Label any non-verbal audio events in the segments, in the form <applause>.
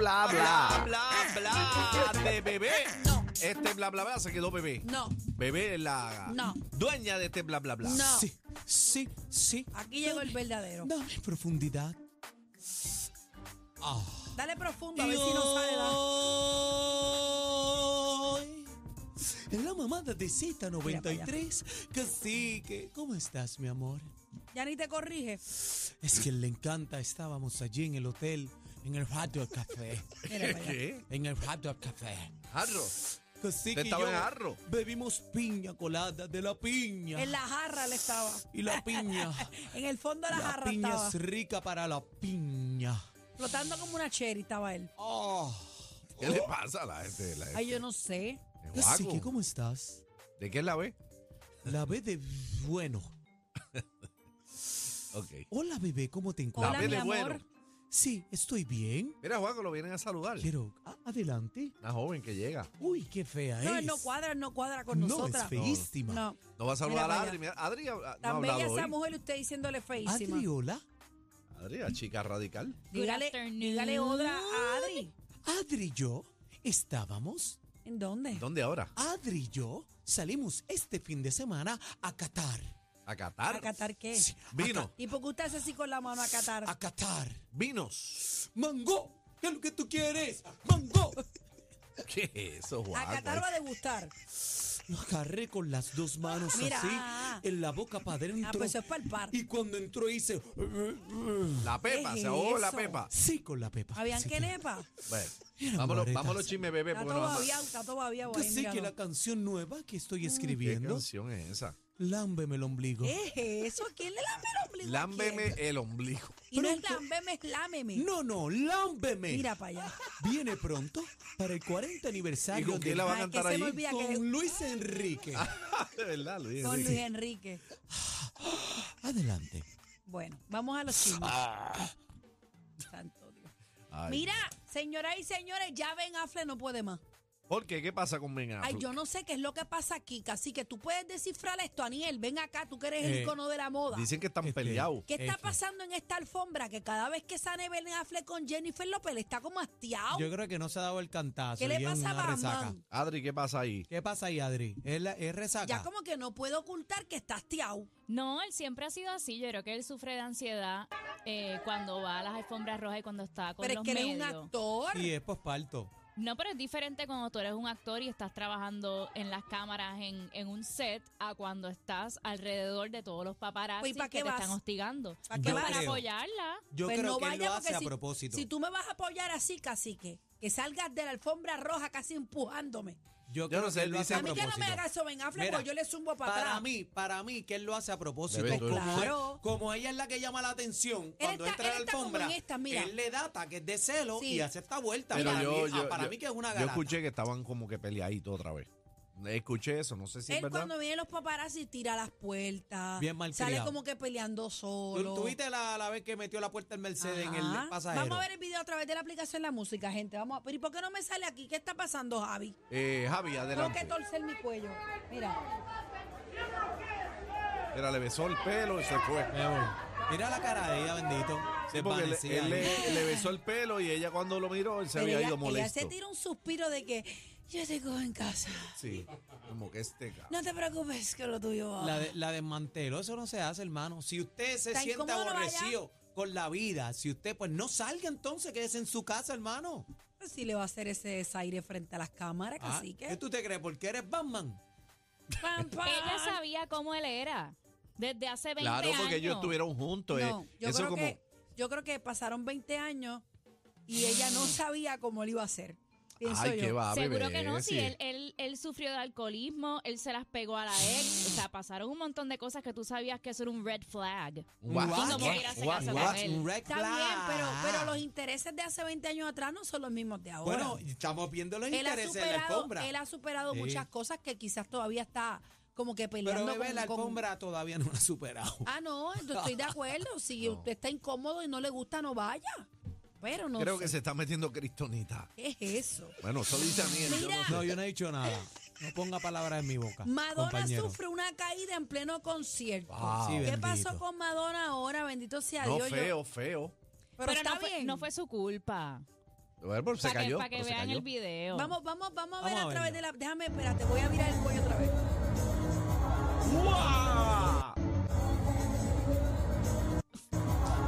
bla, Bla, bla. bla, bla, de bebé. No. Este bla, bla, bla se quedó bebé. No. Bebé es la No. dueña de este bla, bla, bla. No. Sí, sí, sí. Aquí llegó el verdadero. Dame profundidad. Dale profundo a ver si nos sale. la- Hoy, en la mamada de Z93, cacique. ¿Cómo estás, mi amor? Ya ni te corrige. Es que le encanta. Estábamos allí en el hotel, en el Hard Rock Café. Mira <laughs> para allá. ¿Qué? En el Hard Rock Café. Jarro. Cacique Usted y estaba yo en Arro. Bebimos piña colada de la piña. En la jarra le estaba. <laughs> Y la piña. En el fondo de la, la jarra piña estaba. es rica para la piña. Flotando como una cherry estaba él. Oh. ¿Qué le pasa a la gente? La gente? Ay, yo no sé. Es Así guaco. que, ¿cómo estás? ¿De qué la ve? La ve de bueno. Ok. Hola, bebé, ¿cómo te Hola, encuentras? la ve mi de amor. bueno. Sí, estoy bien. Mira, Juaco, lo vienen a saludar. Quiero. a- adelante. Una joven que llega. Uy, qué fea No, es. él no cuadra, él no cuadra con No, nosotras. es feísima. No. No va a saludar Mira a para Adri. Mira, Adri ha- no ha Tan bella hablado esa hoy. mujer usted diciéndole feísima. Adri, hola. Adri, la chica radical. Dígale, Good afternoon. dígale otra a Adri. Adri y yo estábamos. ¿En dónde? ¿Dónde ahora? Adri y yo salimos este fin de semana a Qatar. A Qatar. ¿A Catar qué? Sí, Vino. a Ca- ¿Y por qué usted hace así con la mano a Catar? A Qatar. Vinos. ¡Mango! ¿Qué es lo que tú quieres? ¡Mango! ¿Qué es eso, A Juaco? Catar va a degustar. Lo agarré con las dos manos Mira, así, ah, ah. en la boca para adentro. Ah, pues eso es palpar. Y cuando entró hice... La Pepa, ¿Qué es se ahogó la eso? Pepa. Sí, con la pepa. ¿Habían Así que nepa? Bueno, Eran vámonos, moretas. vámonos chisme, bebé, Está porque nos todo vamos. aviado, está todo aviado Yo ahí, sé que míralo. Mm, la canción nueva que estoy ¿Qué escribiendo, canción es esa? Lámbeme el ombligo. ¿Qué es eso? ¿Quién le lambe el ombligo? a quién? Lámbeme el ombligo. <laughs> Y no es Pronto. lambeme, es lámeme. No, no, lámbeme. Mira para allá. Viene pronto para el 40 ¿Y aniversario con quién la van a Ay, que cantar se me ahí? olvida que- Ah. con Luis Enrique. Ah, De verdad, Luis. Con Enrique. Luis Enrique. Adelante. Bueno, vamos a los chismes. Santo Dios. Ay. Mira, señoras y señores, ya Ben Affle no puede más. ¿Por qué? Ah, ¿Qué pasa con Ben Ay, Affleck? yo no sé qué es lo que pasa aquí, así que tú puedes descifrar esto, Aniel. Ven acá, tú que eres Eh, el icono de la moda. Dicen que están Este, peleados. ¿Qué está F. pasando en esta alfombra? Que cada vez que sale Ben Affle con Jennifer López, le está como hastiado. Yo creo que no se ha dado el cantazo. ¿Qué y le es pasa una a resaca. Batman? Adri, ¿qué pasa ahí? ¿Qué pasa ahí, Adri? ¿Es, la- es resaca? Ya como que no puedo ocultar que está hastiado. No, él siempre ha sido así. Yo creo que él sufre de ansiedad eh, cuando va a las alfombras rojas y cuando está con Pero es los que eres un medios. actor. Y es posparto. No, pero es diferente cuando tú eres un actor y estás trabajando en las cámaras, en, en un set, a cuando estás alrededor de todos los paparazzi Pues, ¿y para que qué te vas? están hostigando. ¿Para qué Yo vas? Para creo. apoyarla. Yo Pues creo no que él lo vaya, hace porque a si- propósito. Si tú me vas a apoyar así, cacique, que salgas de la alfombra roja casi empujándome. Yo, no creo sé, que él lo dice hace a A mí que no me propósito. hagas eso, Ben Affleck, Mira, porque yo le zumbo para, Para atrás. mí, para mí, que él lo hace a propósito. Debe como, ser. Claro. como ella es la que llama la atención, cuando está- entra a él la está como alfombra, en estas, mira. él le da ataques de celo Sí. y hace esta vuelta. Pero para yo, mí, ah, yo- para yo- mí que es una yo galata. escuché que estaban como que peleaditos otra vez. Escuché eso, no sé si es Él verdad. cuando vienen los paparazzi tira las puertas. Bien mal Sale criado. como que peleando solo. ¿Tú, tú viste la, la vez que metió la puerta el Mercedes en Ajá. el pasajero? Vamos a ver el video a través de la aplicación La Música, gente. Vamos a... Pero ¿y por qué no me sale aquí? ¿Qué está pasando, Javi? Eh, Javi, Tengo adelante. que torcer mi cuello. Mira. Mira, le besó el pelo y se fue. Me voy. Mira la cara de ella, bendito. Se Sí, porque le- desvanecía él ahí. le, le besó el pelo y ella cuando lo miró, él se Pero había ella, ido ella molesto. se tira un suspiro de que yo te cojo en casa. Sí, como que este ca- No te preocupes que lo tuyo va. La, de- la desmanteló, eso no se hace, hermano. Si usted se Está siente incómodo, vaya. aborrecido con la vida, si usted, pues no salga entonces, quédese en su casa, hermano. Si le va a hacer ese desaire frente a las cámaras, Ah, así que. ¿Qué tú te crees? ¿Porque eres Batman? Pam, pam. Ella sabía cómo él era desde hace 20 Claro, años. porque ellos estuvieron juntos. eh. No, yo Eso creo, como, que, yo creo que pasaron 20 años y ella no sabía cómo lo iba a hacer. Pienso ay, yo. qué va, Seguro Ah, bebé, que no, si sí. él, él, él sufrió de alcoholismo, él se las pegó a la ex, o sea, pasaron un montón de cosas que tú sabías que eso era un red flag. Guau, Guau, no guau, pudiera hacer guau, caso guau. con él. Un red Está bien, flag. pero, pero los intereses de hace 20 años atrás no son los mismos de ahora. Bueno, estamos viendo los él ha intereses de la superado, alfombra. él ha superado Sí. muchas cosas que quizás todavía está como que Pero peleando bebé, con, la con- alfombra todavía no la ha superado. Ah, no, yo estoy de acuerdo. Si usted está incómodo y no le gusta, no vaya. Pero no Creo sé. que se está metiendo Cristonita. ¿Qué es eso? Bueno, eso dice a mí. yo no Mira. sé. No, yo no he dicho nada. No ponga palabras en mi boca. Madonna Ah, compañero. sufre una caída en pleno concierto. Wow. Sí, ¿Qué bendito. pasó con Madonna ahora? Bendito sea No, Dios. yo- feo, feo. pero, está no, fue, bien. no fue su culpa. Bueno, pues se Para que, cayó. pa' que pero se vean cayó. el video. Vamos, vamos, vamos a ver Vamos a a través de verlo. la. Déjame, espérate, voy a virar el cuello otra vez. ¡Guau!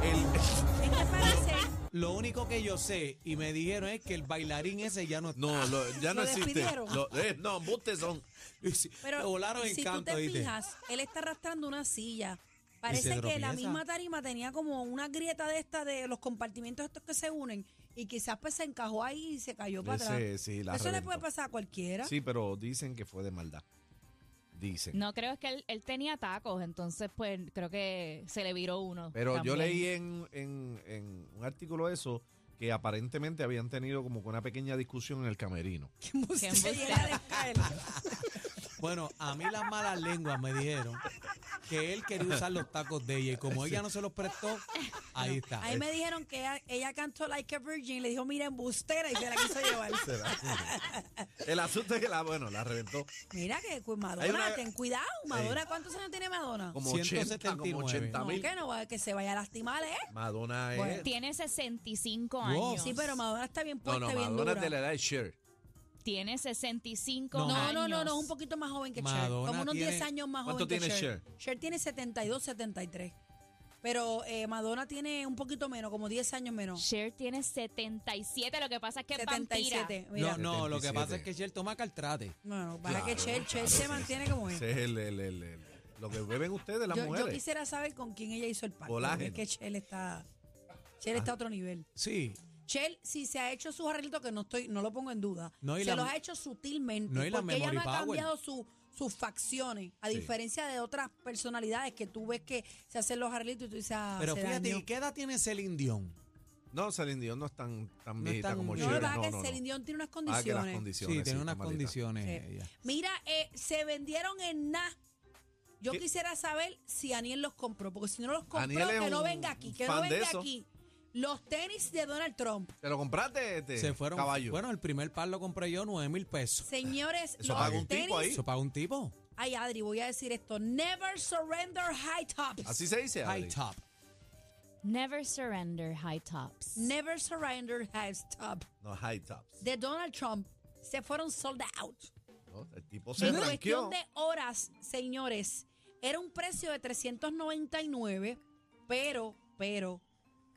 El- <laughs> ¿En qué parece? Lo único que yo sé y me dijeron es que el bailarín ese ya no está. no, lo- ya no Lo existe. despidieron. Lo- eh, no, embustes son. <laughs> Pero Lo volaron en si canto, tú te ¿viste? fijas, él está arrastrando una silla. se Parece que la tropieza. misma tarima tenía como una grieta de esta de los compartimentos estos que se unen y quizás pues se encajó ahí y se cayó para Ese, atrás. sí, la Eso le reventó. puede pasar a cualquiera. Sí, pero dicen que fue de maldad. Dicen. No, creo es que él, él tenía tacos, entonces pues creo que se le viró uno. Pero yo también. leí en, en- en un artículo eso que aparentemente habían tenido como que una pequeña discusión en el camerino. Qué embustero. embustero. Llega de <laughs> caer. Bueno, a mí las malas lenguas me dijeron que él quería usar los tacos de ella y como ella no se los prestó, ahí está. Ahí me dijeron que ella, ella cantó Like a Virgin y le dijo, mira, embustera y se la quiso <laughs> llevar. <laughs> El asunto es que la, bueno, la reventó Mira que pues, Madonna, Hay una- ten cuidado, Madonna, ¿cuántos años tiene Madonna? como 80, como 179. 80 No, mil. que no va- que se vaya a lastimar, ¿eh? Madonna es... Bueno. Tiene 65 Wow. años. Sí, pero Madonna está bien no, puesta, no, bien Madonna es dura. de la edad de Cher. Tiene 65 No. años. No, no, no, no, un poquito más joven que Cher. Madonna Como unos tiene- 10 años más ¿Cuánto joven que tiene Cher. Cher? tiene 72, 73. Pero eh, Madonna tiene un poquito menos, como 10 años menos. Cher tiene 77, lo que pasa es que es vampira. 77. Mira. No, no, lo que 77. pasa es que Cher toma caltrate. No, no, para que Claro, Cher, Cher claro, se sí, mantiene como es. Ese es el, el- el- el- lo que beben ustedes las Yo, yo mujeres. quisiera saber con quién ella hizo el pacto. Colágeno. porque Es que Cher está, Cher está a otro nivel. Sí, Cher, si se ha hecho sus arreglitos, que no estoy, no lo pongo en duda, No, y se la- los ha hecho sutilmente. no, y la porque ella memory no ha power. cambiado su- sus facciones, a Sí. diferencia de otras personalidades que tú ves que se hacen los arreglitos y tú dices, ah, pero se fíjate, dañó. ¿y qué edad tiene Celine Dion? No, Celine Dion no es tan, tan No es viejita tan- como No, No, Cher. lo que pasa No, es que no, no. Celine Dion tiene Ah, unas que condiciones. las condiciones. sí, tiene está unas malita. condiciones. Sí. ella. Mira, eh, se vendieron en nada. Yo ¿Qué? quisiera saber si Aniel los compró, porque si no los compró, Aniel es que no un venga aquí, que no fan de venga eso. aquí. Los tenis de Donald Trump. ¿Te lo compraste, este Se fueron. caballo? Bueno, el primer par lo compré yo, 9 mil pesos. Señores, Eso los paga un tenis. tipo ahí. ¿Eso para un tipo? Ay, Adri, voy a decir esto. Never surrender high tops. Así se dice, High Adri. top. Never surrender high tops. Never surrender high tops. No, high tops. De Donald Trump se fueron sold out. ¿no? El tipo se En ranqueó. cuestión de horas, señores, era un precio de 399, pero, pero,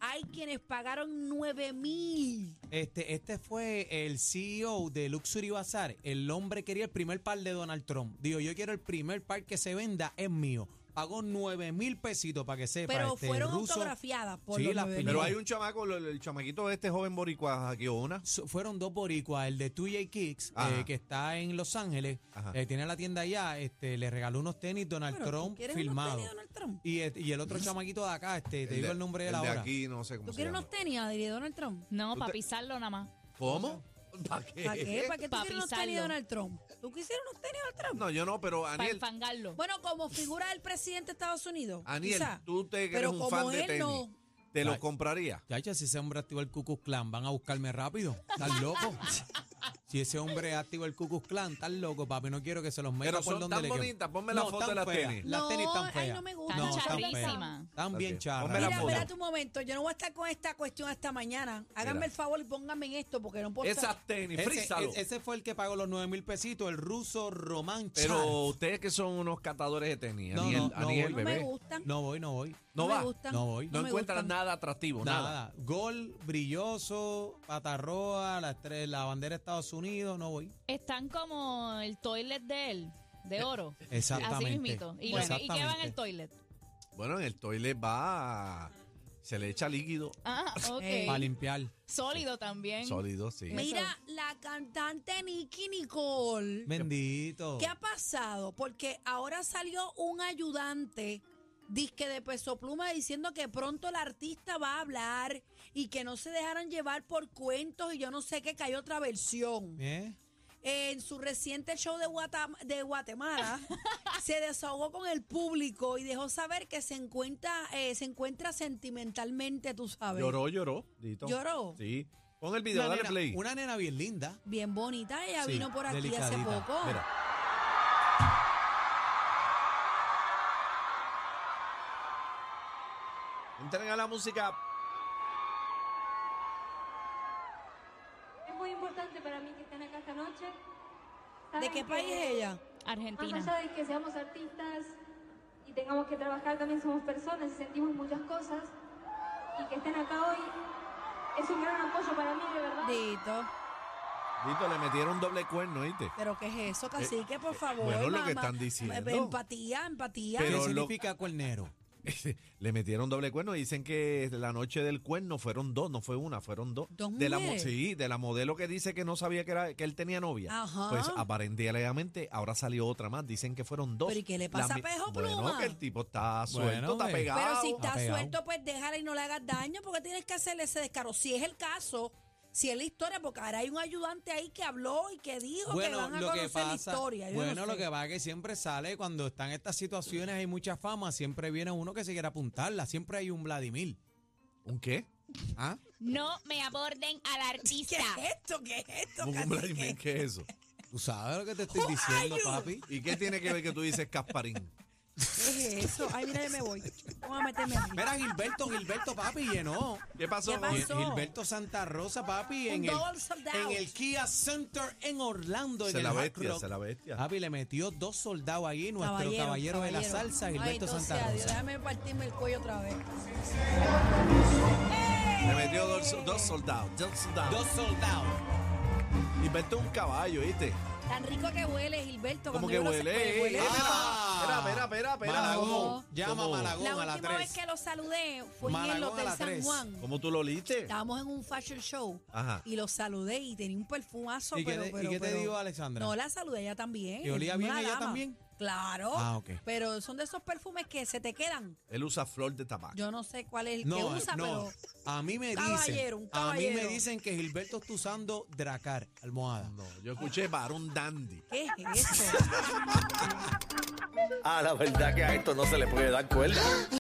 hay quienes pagaron 9 mil. Este, este fue el CEO de Luxury Bazaar. El hombre quería el primer par de Donald Trump. Digo, yo quiero el primer par que se venda, es mío. Pagó 9 mil pesitos para que sepa. Pero este, fueron ruso. autografiadas por Sí, los las 9 firmó. Pero hay un chamaco, lo- el chamaquito este joven boricua hackeó una. So- fueron dos boricuas, el de 2J Kicks, Ajá. eh, que está en Los Ángeles, Ajá. eh, tiene la tienda allá, este, le regaló unos tenis Donald Pero, ¿tú Trump quieres unos tenis filmados. de Donald Trump? Y, et- y el otro chamaquito de acá, este, te digo el nombre de la el hora. aquí, no sé cómo ¿Tú se quieres llama. unos tenis, Adri, de Donald Trump? No, Tú para te- pisarlo nada más. ¿Cómo? <laughs> ¿Para qué? ¿Para qué? ¿Para qué tú Pa' quieres unos tenis de pisarlo. Donald Trump? ¿Tú quisieras unos tenis de Donald Trump? No, yo no, pero Para Aniel, enfangarlo. Bueno, como figura del presidente de Estados Unidos. Aniel, quizá. tú te que eres Pero un como fan de él tenis. no. ¿Te lo Ay. compraría? Chacha, si ese hombre activó el Cucus Clan, van a buscarme rápido. <laughs> ¿Estás loco? si ese hombre activó el Cucus Clan, estás loco, papi. No quiero que se los meta Pero por son donde tan le queden. bonitas, ponme la No, foto tan de las feas. tenis. Las tenis No, tan ay, feas. no me gustan. No, Están tan charrísimas. feas. Están bien Ponme charras. la Mira, foto. espérate un momento, yo no voy a estar con esta cuestión hasta mañana. Háganme Mira. el favor y pónganme en esto porque no puedo estar- Esas tenis, Ese, frízalo. e- ese fue el que pagó los 9 mil pesitos, el ruso Román pero Charf. ustedes que son unos catadores de tenis, No, Aniel, no, no Aniel, voy. No me bebé. gustan. No voy, no voy. No me va. gustan, No voy. No me encuentran gustan. nada atractivo, nada. nada. Gol, brilloso, patarroa, la, estre- la bandera de Estados Unidos, no voy. Están como el toilet de él, de Eh, oro. Exactamente. Así mismito. Y, lo- y Exactamente. qué va en el toilet. Bueno, en el toilet va. Se le echa líquido Ah, Ey. Para ok. limpiar. Sólido también. sólido, sí. Me- Mira, la cantante Nicki Nicole. Bendito. ¿Qué ha pasado? Porque ahora salió un ayudante disque de peso pluma diciendo que pronto el artista va a hablar y que no se dejaran llevar por cuentos y yo no sé qué cayó otra versión. ¿Eh? en su reciente show de, Guata- de Guatemala, se desahogó con el público y dejó saber que se encuentra, eh, se encuentra sentimentalmente, tú sabes. Lloró, lloró, Dito. ¿Lloró? Sí. Pon el video, Una, dale nena, play. una nena bien linda. Bien bonita, ella Sí, vino por aquí hace delicadita. poco. Mira. Entrega la música. importante para mí que estén acá esta noche. ¿De Saben qué que país es ella? Argentina. Más allá de que seamos artistas y tengamos que trabajar, también somos personas y sentimos muchas cosas. Y que estén acá hoy es un gran apoyo para mí, de verdad. Dito. Dito, le metieron doble cuerno, ¿viste? ¿Pero qué es eso, cacique? Por favor. Eh, bueno, lo que mamá. están diciendo. Empatía, empatía. ¿Qué Pero lo- significa cuernero? le metieron doble cuerno y dicen que la noche del cuerno fueron dos, no fue una, fueron dos. ¿Dos de la mo- mujeres? Sí, de la modelo que dice que no sabía que, era, que él tenía novia. Ajá. Pues aparentemente ahora salió otra más, dicen que fueron dos. ¿Pero y qué le pasa La a mi- Pejo Pluma? Bueno, que el tipo está suelto, Bueno, está eh. pegado. Pero si Ah, está pegado. suelto, pues déjala y no le hagas daño, porque tienes que hacerle ese descaro. Si es el caso, si es la historia, porque ahora hay un ayudante ahí que habló y que dijo que van a conocer la historia. Yo bueno, no lo sé. que pasa es que siempre sale cuando están estas situaciones, hay mucha fama, siempre viene uno que se quiere apuntarla, siempre hay un Vladimir. ¿Un qué? ¿Ah? No me aborden al ¿Qué artista. es esto? ¿Qué es esto? ¿Un cacique? Vladimir? ¿Qué es eso? ¿Tú sabes lo que <laughs> te estoy Who are diciendo, you? papi? ¿Y qué tiene que ver que tú dices Casparín? ¿Qué es eso? Ay, mira, yo me voy. Vamos a meterme aquí. Mira, Gilberto, Gilberto, papi, llenó. ¿Qué pasó? ¿Qué pasó? Gil- Gilberto Santa Rosa, papi, Un en el, double sold out. en el Kia Center en Orlando. Se en la el Hard bestia, Rock. se la bestia. Papi le metió dos soldados ahí, nuestro caballero, de la salsa, Ay, Gilberto entonces, Santa adiós, Rosa. déjame partirme el cuello otra vez. Le metió dos, dos soldados, dos soldados. Dos soldados. Y vete un caballo, ¿viste? Tan rico que huele, Gilberto. Como cuando que uno se- huele. huele eh, Ah, rico. espera, espera, espera, espera. Malagón. ¿Cómo? Llama a ¿Cómo? Malagón La a la última vez 3. que lo saludé fue en el Malagón a Hotel la San tres. Juan. ¿Cómo tú lo oliste? Estábamos en un fashion show Ajá. y lo saludé y tenía un perfumazo. ¿Y qué pero, te- y pero- qué te pero- digo, Alexandra? No, la saludé ella también. ¿Y olía es bien una ella dama. también? Claro. Ah, ok. Pero son de esos perfumes que se te quedan. Él usa flor de tabaco. Yo no sé cuál es el que No, ah, usa, no. pero. A mí me Caballero, un dicen, a mí me caballero. dicen que Gilberto está usando Dracar, almohada. No, yo escuché varón dandy. ¿Qué es esto? A la verdad que a esto no se le puede dar cuerda.